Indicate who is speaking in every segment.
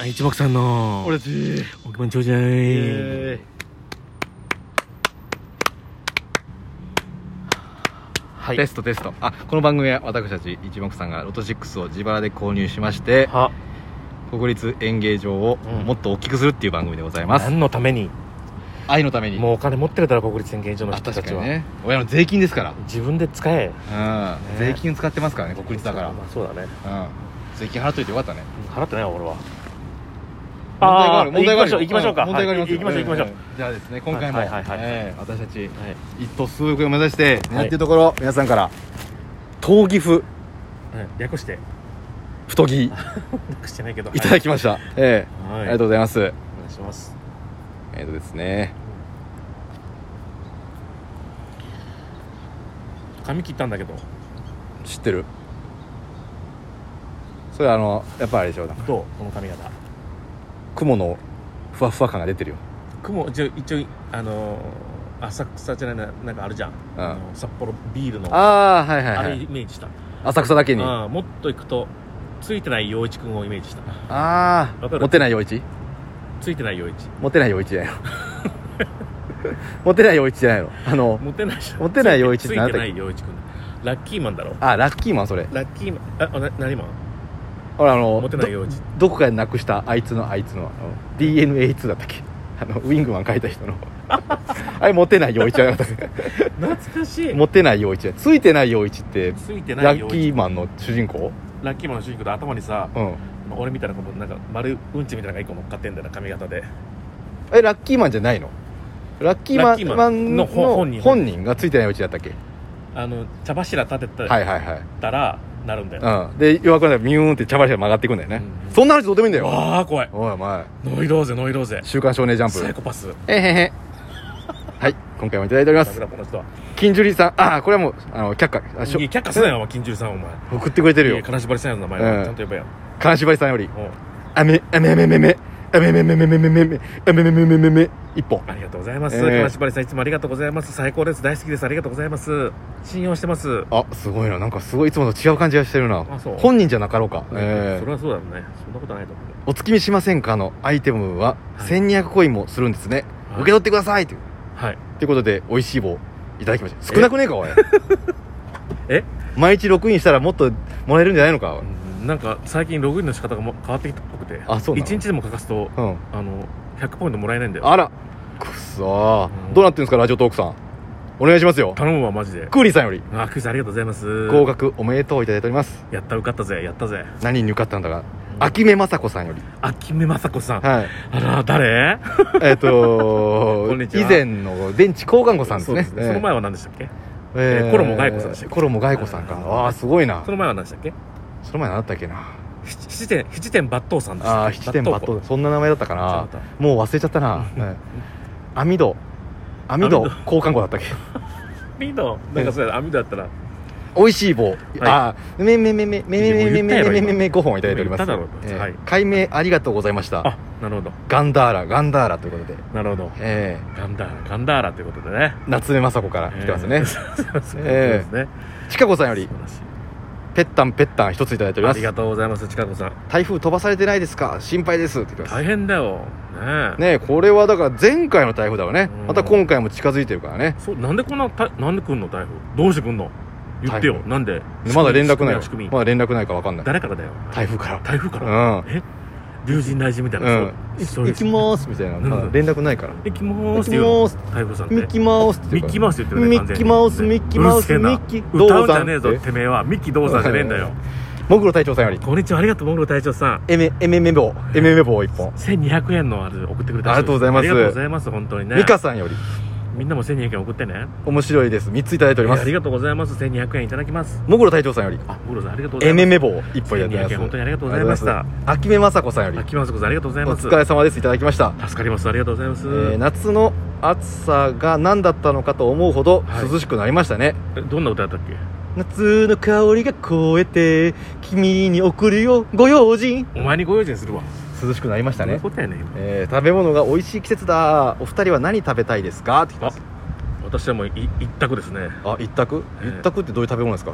Speaker 1: あ一目さんの
Speaker 2: 俺たち
Speaker 1: 億万長者い
Speaker 2: は
Speaker 3: テストテストあこの番組は私たち一目さんがロト6を自腹で購入しまして
Speaker 1: は
Speaker 3: 国立演芸場を
Speaker 1: うん
Speaker 3: もっと大きくするっていう番組でございます、
Speaker 1: 何のために
Speaker 3: 愛のために
Speaker 1: もうお金持ってるだろ国立演芸場の
Speaker 3: あ
Speaker 1: 人た
Speaker 3: 確か
Speaker 1: ち
Speaker 3: に
Speaker 1: は、
Speaker 3: ね親の税金ですか
Speaker 1: 自分で使え
Speaker 3: ら、うん
Speaker 1: ね
Speaker 3: 税金使ってますからね国立だから、
Speaker 1: まあ、そうだね
Speaker 3: うん、税金払っといてよかったね
Speaker 1: 払ってないわ俺は
Speaker 3: あ問題があ
Speaker 1: 行きま
Speaker 3: る
Speaker 1: しょう行きましょうか
Speaker 3: ん問題がありますよ
Speaker 1: はい行きましょう行きましょう
Speaker 3: ええじゃあですね今回も
Speaker 1: はいはいはいはい
Speaker 3: ええ私たち
Speaker 1: はい
Speaker 3: 一等数億円を目指して狙っているところ皆さんから闘技譜
Speaker 1: 略して
Speaker 3: 太着
Speaker 1: 略してないけど
Speaker 3: いただきましたええ
Speaker 1: はい、は
Speaker 3: あ
Speaker 1: い、
Speaker 3: りがとうございます
Speaker 1: お願いします
Speaker 3: えっとですね
Speaker 1: 髪切ったんだけど
Speaker 3: 知ってるそれあのやっぱあれでしょなんか
Speaker 1: どうこの髪型
Speaker 3: 雲のふわふわ感が出てるよ
Speaker 1: 雲一応一応あのー浅草じゃないななんかあるじゃん、あの札幌ビールのあ
Speaker 3: ああはいはいは
Speaker 1: れ
Speaker 3: い
Speaker 1: イメージした、
Speaker 3: 浅草だけにあ
Speaker 1: ああもっといくとついてない陽一君をイメージした
Speaker 3: あ
Speaker 1: わかる
Speaker 3: 持ってない陽一
Speaker 1: ついてない陽一
Speaker 3: 持ってない陽一じゃないの持ってない陽一じゃないのあの
Speaker 1: モテないじゃん
Speaker 3: モテない陽一って
Speaker 1: つい
Speaker 3: な
Speaker 1: て
Speaker 3: んだっけ
Speaker 1: ない陽一君ラッキーマンだろ
Speaker 3: あラッキーマンそれ
Speaker 1: ラッキーマンああな何マン
Speaker 3: ほらあの
Speaker 1: モテない陽一
Speaker 3: どこかでなくしたあいつのあいつのあの DNA2 だったっけあのウィングマン書いた 人のあれモテない陽一じゃなかったっ
Speaker 1: 懐かし
Speaker 3: け
Speaker 1: い
Speaker 3: モテない陽一じゃついてない陽一って
Speaker 1: ついてな
Speaker 3: ラ
Speaker 1: い陽
Speaker 3: ッ
Speaker 1: 一
Speaker 3: キーマンの主人公
Speaker 1: ラッキーマンの主人公で頭にさ
Speaker 3: うん
Speaker 1: 俺みたいなことなんか丸うんちみたいなのが一個乗っかってんだよな髪型で
Speaker 3: えラッキーマンじゃないのラッキーマ
Speaker 1: ラッキーマ
Speaker 3: ン
Speaker 1: ン
Speaker 3: の
Speaker 1: の
Speaker 3: 本
Speaker 1: 本
Speaker 3: 人
Speaker 1: 人
Speaker 3: 本人がついてないうちだったっけ
Speaker 1: あの茶柱立て
Speaker 3: は
Speaker 1: た
Speaker 3: いはいはい
Speaker 1: らなるんだよ、
Speaker 3: うん、で弱くなってミューンって茶柱曲がっていくんだよね、
Speaker 1: うん
Speaker 3: そんな話どうでもいいんだよ
Speaker 1: わあ怖い
Speaker 3: おいお前
Speaker 1: ノイローゼノイローゼ
Speaker 3: 「週刊少年ジャン
Speaker 1: サイ
Speaker 3: プ
Speaker 1: コパス」
Speaker 3: えへへはい今回もいただいておりま
Speaker 1: ダメ
Speaker 3: す
Speaker 1: だこの人は
Speaker 3: 金樹里さんああこれはもうあの却下あしょ
Speaker 1: いや却下すなよお前金獣さんお前
Speaker 3: 送ってくれてる
Speaker 1: い
Speaker 3: よ
Speaker 1: や金縛りさんやの名
Speaker 3: うん
Speaker 1: 前ちゃんと呼べよ
Speaker 3: 金縛りさんより
Speaker 1: おう
Speaker 3: 「あめあめあめあめあめあめあめあめあめあめあめあめあめあめあめあめあめあめ」一本
Speaker 1: ありがとうございます。
Speaker 3: えー
Speaker 1: 金縛りさん、いつもありがとうございます。最高です。大好きです。ありがとうございます。信用してます。
Speaker 3: あすごいななんかすごいいつもと違う感じがしてるな
Speaker 1: あそう
Speaker 3: 本人じゃなかろうか、ええ
Speaker 1: それはそうだろうね。そんなことないと思う。
Speaker 3: お月見しませんかのアイテムは
Speaker 1: はい
Speaker 3: 1200コインもするんですね、
Speaker 1: はい
Speaker 3: 受け取ってくださいという
Speaker 1: はい。
Speaker 3: ということで美味しい棒いただきました少なくねえ かおい
Speaker 1: え
Speaker 3: 毎日ログインしたらもっともらえるんじゃないのかおい
Speaker 1: なんか、最近ログインの仕方がも変わってきたっぽくて。
Speaker 3: あそうなの
Speaker 1: 一日でも欠かすと、
Speaker 3: うん
Speaker 1: あの、100ポイントもらえないんだよ。
Speaker 3: あらくそー、
Speaker 1: うん
Speaker 3: どうなってるんですかラジオトークさんお願いしますよ
Speaker 1: 頼むわ、マジで。
Speaker 3: クーリーさんより
Speaker 1: あ、クイズありがとうございます。
Speaker 3: 合格おめでとういただいております
Speaker 1: やった、受かったぜ。やったぜ。
Speaker 3: 何に受かったんだか秋目雅子さんより
Speaker 1: 秋目雅子さん。
Speaker 3: はい
Speaker 1: あら、誰
Speaker 3: えっと
Speaker 1: こんにちは
Speaker 3: 以前の電池交換子さんですね
Speaker 1: そうその前は何でしたっけ
Speaker 3: え
Speaker 1: えー衣替え子さんでしたっけ
Speaker 3: 衣替え子さんかああすごいな
Speaker 1: その前は何でしたっけ
Speaker 3: その前何だったっけな
Speaker 1: 七七点、七点抜刀さんでした
Speaker 3: あ
Speaker 1: っ
Speaker 3: あ
Speaker 1: け
Speaker 3: 七点抜
Speaker 1: 刀
Speaker 3: 刀そんな名前だったかな
Speaker 1: 子違った
Speaker 3: もう忘れちゃったなうん網戸網戸交換語だったっけ
Speaker 1: 網戸なんかそれ網戸だったら
Speaker 3: 美味しい棒ああめめめめめめめめめめめめ5本いただいております
Speaker 1: 言っただろ
Speaker 3: えー
Speaker 1: はい
Speaker 3: 解明ありがとうございました
Speaker 1: あなるほど
Speaker 3: ガンダーラガンダーラということで
Speaker 1: なるほど
Speaker 3: え
Speaker 1: ガンダーラガンダーラということでね
Speaker 3: ー夏目雅子から来てますね え
Speaker 1: ええ
Speaker 3: ちかこさんよ
Speaker 1: 素
Speaker 3: り
Speaker 1: 晴らしい
Speaker 3: ぺったんぺったん一ついただいており
Speaker 1: あ
Speaker 3: ま
Speaker 1: り
Speaker 3: す
Speaker 1: がとうございますちかこさん
Speaker 3: 台風飛ばされてないですか心配ですって言ってます
Speaker 1: 大変だよねえ
Speaker 3: ねえこれはだから前回の台風だわね
Speaker 1: うん
Speaker 3: また今回も近づいてるからね
Speaker 1: そうなんでこんなたなんで来んの台風どうして来んの言ってよ
Speaker 3: 台
Speaker 1: なんで
Speaker 3: まだ連絡ない
Speaker 1: 仕組み仕組
Speaker 3: よ
Speaker 1: み
Speaker 3: まだ連絡ないか分かんない
Speaker 1: 誰からだよ
Speaker 3: 台風から
Speaker 1: 台風から
Speaker 3: う
Speaker 1: 竜神大臣みたい
Speaker 3: ん、
Speaker 1: な
Speaker 3: うん、
Speaker 1: そういう
Speaker 3: 行きますみたいな、
Speaker 1: うん
Speaker 3: まあ連絡ないから
Speaker 1: 行きまー
Speaker 3: 行
Speaker 1: す
Speaker 3: き
Speaker 1: って言うの
Speaker 3: ます
Speaker 1: 台風さんって
Speaker 3: ミッキーマウスって
Speaker 1: ミ
Speaker 3: 言
Speaker 1: ッキー
Speaker 3: うか
Speaker 1: マウスって言って
Speaker 3: ら
Speaker 1: る
Speaker 3: ミ
Speaker 1: ね
Speaker 3: ッキーマウスミッキーマウス
Speaker 1: 完全
Speaker 3: ミ
Speaker 1: にうるせえ
Speaker 3: ッキー
Speaker 1: な歌うんじゃねえ
Speaker 3: 銅
Speaker 1: ぞ
Speaker 3: 山って
Speaker 1: てめえはミッキーどうさんじゃねえんだよ
Speaker 3: モグロ隊長さんより
Speaker 1: こんにちはありがとうモンゴル隊長さん
Speaker 3: エメエメメボエメメボ一本
Speaker 1: 1200円のあれ送ってくれた人
Speaker 3: ありがとうございます
Speaker 1: ありがとうございます本当にね
Speaker 3: ミカさんより
Speaker 1: みんなも1200円送ってね
Speaker 3: 面白いです3ついただいておりま
Speaker 1: あ
Speaker 3: す
Speaker 1: りがとうございます1200円いただきます
Speaker 3: モグロ隊長さんより
Speaker 1: あモンゴルさんありがとうござ
Speaker 3: エ
Speaker 1: います
Speaker 3: メメボ一本いただ
Speaker 1: 1200
Speaker 3: いて
Speaker 1: 円
Speaker 3: おり
Speaker 1: 本当にありがとうご
Speaker 3: ます
Speaker 1: ざいました
Speaker 3: 秋目雅子さんより
Speaker 1: 秋松子さんありがとうござい
Speaker 3: お
Speaker 1: ます
Speaker 3: 疲れ様ですいただきました、
Speaker 1: 助かりますありがとうございます
Speaker 3: えー夏の暑さが何だったのかと思うほど
Speaker 1: はい
Speaker 3: 涼しくなりましたね、
Speaker 1: えどんな歌だったっけ
Speaker 3: 夏の香りが超えて君に送るよご用心
Speaker 1: お前にご用心するわ
Speaker 3: 涼しくなりました
Speaker 1: どうい
Speaker 3: ね
Speaker 1: うことやねん今
Speaker 3: えー食べ物が美味しい季節だお二人は何食べたいですかって聞きます
Speaker 1: 私はもうい一択ですね
Speaker 3: あ一択、
Speaker 1: えー
Speaker 3: 一択ってどういう食べ物ですか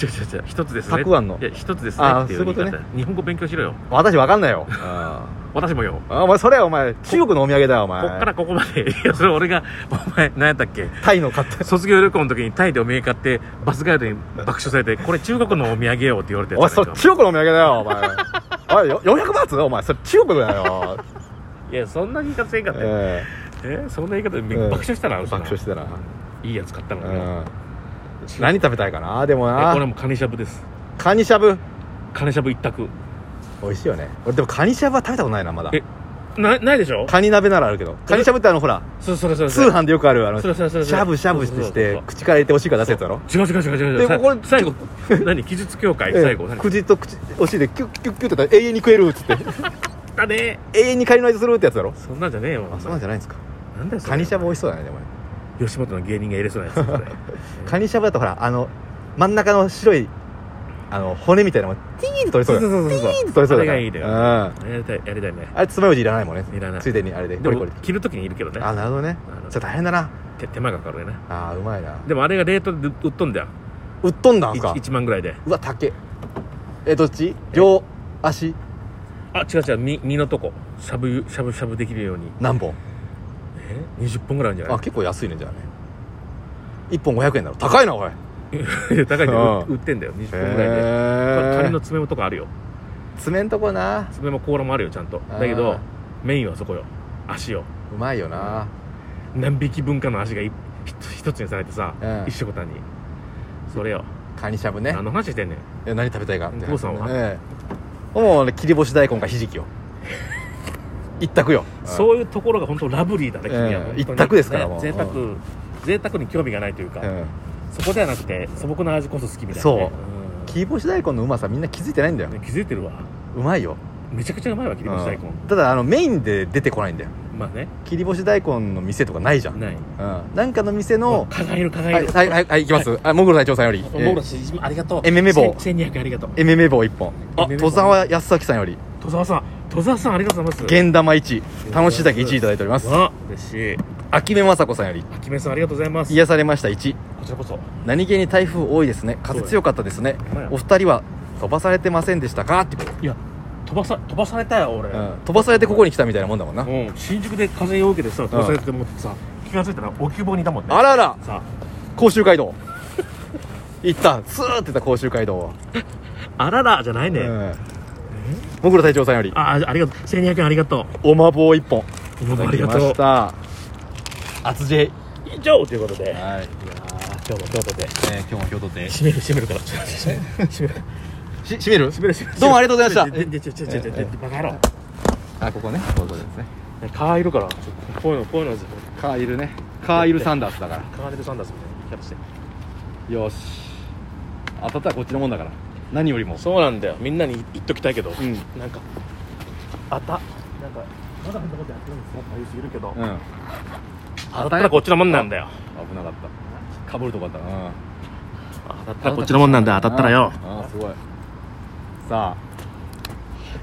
Speaker 1: 違う違う違う一つですね
Speaker 3: たくあんの
Speaker 1: いや一つですね
Speaker 3: あー
Speaker 1: ってい
Speaker 3: そうういう
Speaker 1: 言い
Speaker 3: ことね
Speaker 1: 方日本語勉強しろよ
Speaker 3: 私わかんないよあ
Speaker 1: 私もよ
Speaker 3: あお前それはお前中国のお土産だよお前
Speaker 1: こっからここまで いやそれ俺がお前何やったっけ
Speaker 3: タイの買った
Speaker 1: 卒業旅行の時にタイでお土産買ってバスガイドに爆笑されてこれ中国のお土産よって言われて
Speaker 3: お前それ中国のお土産だよお前おいよ400バーツお前それ中国 だよ、
Speaker 1: いやそんな言い方せんかったよ
Speaker 3: え
Speaker 1: えそんな言い方で
Speaker 3: ええ
Speaker 1: 爆笑したなあの
Speaker 3: え
Speaker 1: 人
Speaker 3: 爆
Speaker 1: な
Speaker 3: 笑してたな、
Speaker 1: いいやつ買ったの
Speaker 3: う、
Speaker 1: になん
Speaker 3: 何食べたいかなでも
Speaker 1: えこれ
Speaker 3: な
Speaker 1: もカニしゃぶです
Speaker 3: カニしゃぶ
Speaker 1: カニしゃぶ一択
Speaker 3: 美味しいよね俺でもカニしゃぶは食べたことないなまだ
Speaker 1: えなないでしょ
Speaker 3: カニ鍋ならあるけどカニしゃぶってあのほら
Speaker 1: そうそれそれ
Speaker 3: 通
Speaker 1: それ
Speaker 3: 販でよくあるあの
Speaker 1: そ
Speaker 3: し
Speaker 1: れそれそれ
Speaker 3: ゃぶしゃぶしてして口から入れておしいから出せやつだろ
Speaker 1: 違う違う違う違う違う
Speaker 3: でもこれ
Speaker 1: さ最後何技術協会最後何食っ
Speaker 3: 口と口おしいでキュッキュッキュッってやったら永遠に食えるっつって
Speaker 1: たね
Speaker 3: 永遠にカニの味するってやつだろ
Speaker 1: そんなんじゃねえよお前
Speaker 3: あそうなんじゃないんですか
Speaker 1: なんだよそれ
Speaker 3: カニしゃぶ美味しそうだねでもね
Speaker 1: 吉本の芸人が入れそうなやつそれ
Speaker 3: カニしゃぶだとほらあの真ん中の白いあの骨みたいなのもティーンって取れそうだよ
Speaker 1: そうそうそうそう
Speaker 3: ティーンって取れそうだから
Speaker 1: あれがいいだよ
Speaker 3: うん
Speaker 1: やりたいやりたいね
Speaker 3: あれ爪楊枝いらないもんね
Speaker 1: いらない
Speaker 3: ついでにあれで
Speaker 1: で
Speaker 3: コリコ
Speaker 1: も
Speaker 3: リ
Speaker 1: 着る時にいるけどね
Speaker 3: あなるほどね
Speaker 1: なるほど
Speaker 3: じゃ大変だな
Speaker 1: 手手間がかかるよね
Speaker 3: あーうまいな
Speaker 1: でもあれが冷凍で売っとんだよ
Speaker 3: 売っとんだんすか
Speaker 1: 1, 万ぐらいで
Speaker 3: うわ高ええどっち両足
Speaker 1: あ違う違う身身のとこしゃぶしゃぶしゃぶできるように
Speaker 3: 何本
Speaker 1: え20本ぐらいあるんじゃ
Speaker 3: あ
Speaker 1: な
Speaker 3: 結構安いねじゃあね1本500円だろ高いなおいへ
Speaker 1: いいや 高いけど
Speaker 3: うん
Speaker 1: 売ってんだよ20本ぐらいでこれカニの
Speaker 3: え
Speaker 1: 爪もとこあるよ
Speaker 3: 爪んとこな
Speaker 1: 爪も甲羅もあるよちゃんとだけ
Speaker 3: あ
Speaker 1: ど
Speaker 3: ー
Speaker 1: メインはそこよ足よ
Speaker 3: うまいよな
Speaker 1: 何匹分かの足がいひと一つにされてさ、
Speaker 3: うん
Speaker 1: 一緒ごたんにそれよ
Speaker 3: カニしゃぶね
Speaker 1: 何の話してんねん
Speaker 3: え何食べたいかって
Speaker 1: お父さんは
Speaker 3: ええもう俺切り干し大根かひじ きよ一択よ
Speaker 1: そういうところが本当ラブリーだね、君は
Speaker 3: ええ
Speaker 1: 本当に
Speaker 3: 一択ですからもう
Speaker 1: 贅沢、
Speaker 3: う
Speaker 1: 贅沢に興味がないというか、
Speaker 3: うんうん
Speaker 1: そこではなくて素朴な味こそ好きみたいなね、
Speaker 3: そうん切り干し大根のうまさみんな気づいてないんだよ
Speaker 1: ね気づいてるわ
Speaker 3: うまいよ
Speaker 1: めちゃくちゃうまいわ切り干し大根、
Speaker 3: うんただあのメインで出てこないんだよ
Speaker 1: まあね
Speaker 3: 切り干し大根の店とかないじゃんうん
Speaker 1: ない
Speaker 3: なんかの店の
Speaker 1: 蚊がいる蚊が
Speaker 3: はいい
Speaker 1: る
Speaker 3: はいはいはい行きますあモグロ隊長さんより
Speaker 1: 僕らしありがとう
Speaker 3: えめめ棒
Speaker 1: 千1200ありがとう
Speaker 3: えめめ棒1本あ
Speaker 1: えめめ棒
Speaker 3: 戸沢康崎さんより
Speaker 1: 戸沢さん戸沢さんありがとうございます
Speaker 3: 源玉1楽しいだけ1いただいております
Speaker 1: わ嬉しい
Speaker 3: 秋目雅子さんより
Speaker 1: 秋めさんありがとうございます
Speaker 3: 癒されました1
Speaker 1: こちらこそ
Speaker 3: 何気に台風多いですね風強かったですね
Speaker 1: そうだよ
Speaker 3: お二人は飛ばされてませんでしたかって、
Speaker 1: いや飛ばさ飛ばされたよ俺、
Speaker 3: うん、飛ばされてここに来たみたいなもんだもんな
Speaker 1: うん、新宿で風を受けてさ飛ばされててもってさ気が付いたらお希望にいたもんね
Speaker 3: あらあら
Speaker 1: さ
Speaker 3: 甲州街道行ったスーってた甲州街道を、
Speaker 1: あららじゃないね、
Speaker 3: うん、もぐろ隊長さんより
Speaker 1: ああありがとう1200円ありがと
Speaker 3: おまぼう1本
Speaker 1: う
Speaker 3: いただ
Speaker 1: あり
Speaker 3: き
Speaker 1: が
Speaker 3: ま
Speaker 1: と
Speaker 3: し
Speaker 1: う
Speaker 3: た厚 J
Speaker 1: 以上ということで、
Speaker 3: はい、
Speaker 1: 今日も京都で
Speaker 3: えー、今日も京都で
Speaker 1: 閉める閉めるから閉める閉める
Speaker 3: し閉める
Speaker 1: 閉める閉める
Speaker 3: どうもありがとうございました
Speaker 1: ででちょちょちょちょちょバカ野郎
Speaker 3: あここねこういうことですね
Speaker 1: 蚊いるからちょっとこういうのこういうのです
Speaker 3: カーイルねカーイルサンダースだから
Speaker 1: カーネル・サンダースみたいなキャラして
Speaker 3: よし当たったらこっちのもんだから何よりも
Speaker 1: そうなんだよみんなに言っときたいけど、
Speaker 3: ん
Speaker 1: なんかあたなんかまだこんなことやってるんですよって言う人いるけど、
Speaker 3: うん
Speaker 1: 当たったらこっちのもんなんだよ
Speaker 3: 危なかったかぶるとこあったな
Speaker 1: 当たったらこっちのもんなんだよ当たったらよ
Speaker 3: ああすごいさあ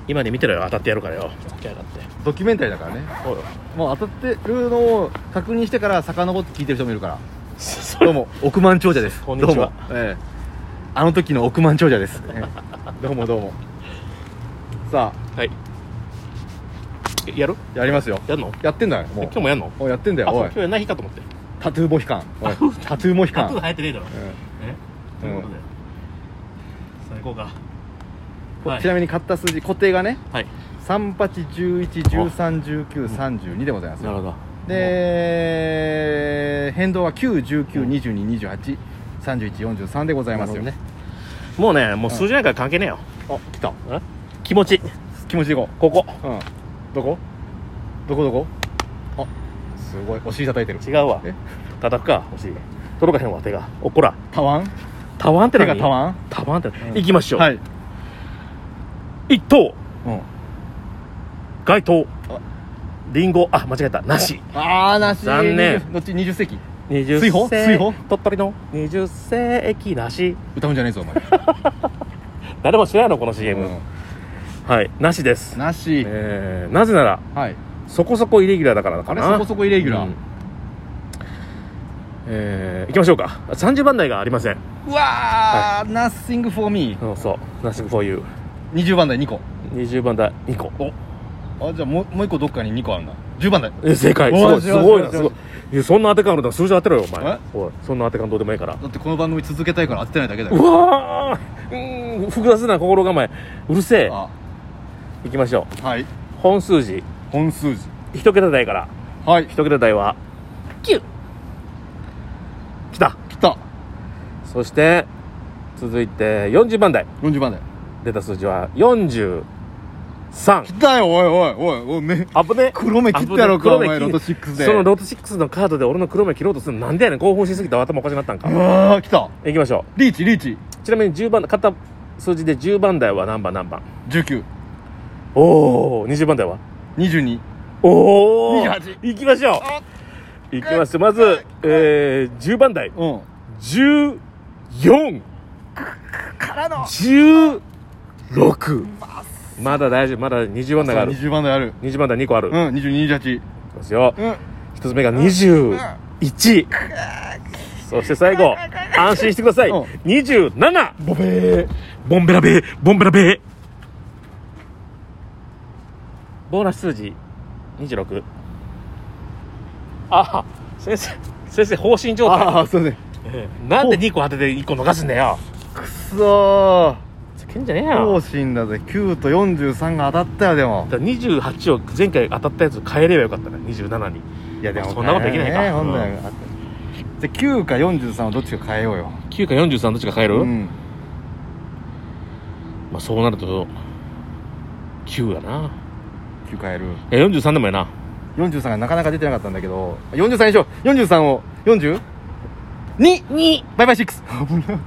Speaker 1: 今に見てろよ当たってやるからよ起き上がって
Speaker 3: ドキュメンタリーだからね
Speaker 1: そう よ
Speaker 3: もう当たってるのを確認してから遡って聞いてる人もいるからどうも 億万長者です
Speaker 1: こんにちは
Speaker 3: どうも、ええあの時の億万長者です、ええどうもどうもさ
Speaker 1: はいえやる
Speaker 3: あやりますよ
Speaker 1: やんのえ
Speaker 3: やってんだよもう
Speaker 1: 今日もやんの
Speaker 3: もうやってんだ
Speaker 1: あ
Speaker 3: よ
Speaker 1: そう
Speaker 3: お
Speaker 1: 今日やんない
Speaker 3: い
Speaker 1: 日かと思って
Speaker 3: タトゥーモヒカンおいタトゥーモヒカ
Speaker 1: タ
Speaker 3: ン
Speaker 1: トゥー生えてねえだろ
Speaker 3: え
Speaker 1: えということでさあ行こうか
Speaker 3: え
Speaker 1: はい
Speaker 3: ちなみに買った数字固定がね
Speaker 1: はい
Speaker 3: 3811131932でございます
Speaker 1: なるほど
Speaker 3: で変動は91922283143でございますよ
Speaker 1: なるもうねもう数字なんか関係ねえよ
Speaker 3: あ来た
Speaker 1: 気持ち
Speaker 3: 気持ちでいこ
Speaker 1: ここ
Speaker 3: ううんどこどこどこあすごいお尻叩いてる
Speaker 1: 違うわ
Speaker 3: え
Speaker 1: 叩くかお尻届かへんわ手がおっこら
Speaker 3: たわん
Speaker 1: たわんって
Speaker 3: 手
Speaker 1: 何
Speaker 3: がたわん
Speaker 1: たわんって何
Speaker 3: うん
Speaker 1: 行きましょう、
Speaker 3: はい、
Speaker 1: 一等
Speaker 3: うん、
Speaker 1: 街灯
Speaker 3: あ
Speaker 1: リンゴあ間違えたなし
Speaker 3: ああなし
Speaker 1: 残念
Speaker 3: どっち20世紀
Speaker 1: 20
Speaker 3: 水泡
Speaker 1: 世
Speaker 3: 水泡
Speaker 1: 鳥取の20世紀なし
Speaker 3: 歌うんじゃね えぞお前
Speaker 1: 誰も知らないのこの CM、
Speaker 3: う
Speaker 1: はいなしです
Speaker 3: んなし、
Speaker 1: えーなぜなら
Speaker 3: はい
Speaker 1: そこそこイレギュラーだから
Speaker 3: あ
Speaker 1: か
Speaker 3: れ
Speaker 1: な
Speaker 3: そこそこイレギュラー、
Speaker 1: うんえー、いきましょうか30番台がありません
Speaker 3: うわー、Nothing for me
Speaker 1: そうそう Nothing for you
Speaker 3: 20番台2個
Speaker 1: 20番台2個
Speaker 3: あじゃあもうもう一個どっかに2個あるな10番だだ
Speaker 1: え正解す
Speaker 3: お
Speaker 1: ご
Speaker 3: ー
Speaker 1: いすごいな
Speaker 3: よ
Speaker 1: す
Speaker 3: しよ
Speaker 1: ご
Speaker 3: しよ
Speaker 1: いいやそんな当て勘あるんだったら数字当てろよお前
Speaker 3: え
Speaker 1: おいそんな当て勘どうでもいいから
Speaker 3: ってこの番組続けたいから当ててないだけだ
Speaker 1: う
Speaker 3: よ
Speaker 1: わーうーん複雑な心構えうるせえ
Speaker 3: あ
Speaker 1: 行きましょ
Speaker 3: はいう
Speaker 1: 本数字
Speaker 3: 本数字
Speaker 1: 一桁台から
Speaker 3: はい
Speaker 1: 一桁台は9きた
Speaker 3: 来た
Speaker 1: そして続いて40番台
Speaker 3: 40番だよ
Speaker 1: 出た数字は43
Speaker 3: 来たよおいおいおいおいめ
Speaker 1: あぶね
Speaker 3: 黒目切ったやろか
Speaker 1: あ
Speaker 3: お
Speaker 1: ぶね
Speaker 3: 前ロ
Speaker 1: 黒
Speaker 3: ト
Speaker 1: 目
Speaker 3: 6で
Speaker 1: そのロート6のカードで俺の黒目切ろうとするのなんでやねん興奮しすぎて頭おかしくなったんか
Speaker 3: うわー来た
Speaker 1: 行きましょ
Speaker 3: リーチリーチ
Speaker 1: うちなみに10番買った数字で10番台は何番何番
Speaker 3: 1922
Speaker 1: おお20番台はおお
Speaker 3: 28
Speaker 1: 行きましょ
Speaker 3: あ
Speaker 1: う行きましょうまず、えー、10番台
Speaker 3: うん
Speaker 1: 14
Speaker 3: からの
Speaker 1: 16まだ大丈夫まだ20番台がある
Speaker 3: 20番だよある
Speaker 1: 20番台2個ある、
Speaker 3: う
Speaker 1: い
Speaker 3: ん2228
Speaker 1: きますよ
Speaker 3: うん
Speaker 1: 1つ目が21、そして最後安心してください、
Speaker 3: うん
Speaker 1: 27
Speaker 3: ボベー
Speaker 1: ボンベラベーボンベラベーボーナス数字26あ先生先生放心状態
Speaker 3: ああすいません
Speaker 1: なんで2個当てて1個逃すんだよ
Speaker 3: くそー
Speaker 1: けんじゃねえ
Speaker 3: 更
Speaker 1: よ
Speaker 3: 新だぜ9と43が当たったよでも
Speaker 1: だから28を前回当たったやつ変えればよかったね27に
Speaker 3: いやでも
Speaker 1: そんなことできないか
Speaker 3: ね本
Speaker 1: う
Speaker 3: 来はじゃあ9か43はどっちか変えようよ
Speaker 1: 9か43どっちか変える、
Speaker 3: うん
Speaker 1: まあ、そうなると9やな
Speaker 3: 9変える
Speaker 1: いや43でもやな
Speaker 3: 43がなかなか出てなかったんだけど43にしよう43を42
Speaker 1: 2!
Speaker 3: バイバイ6危な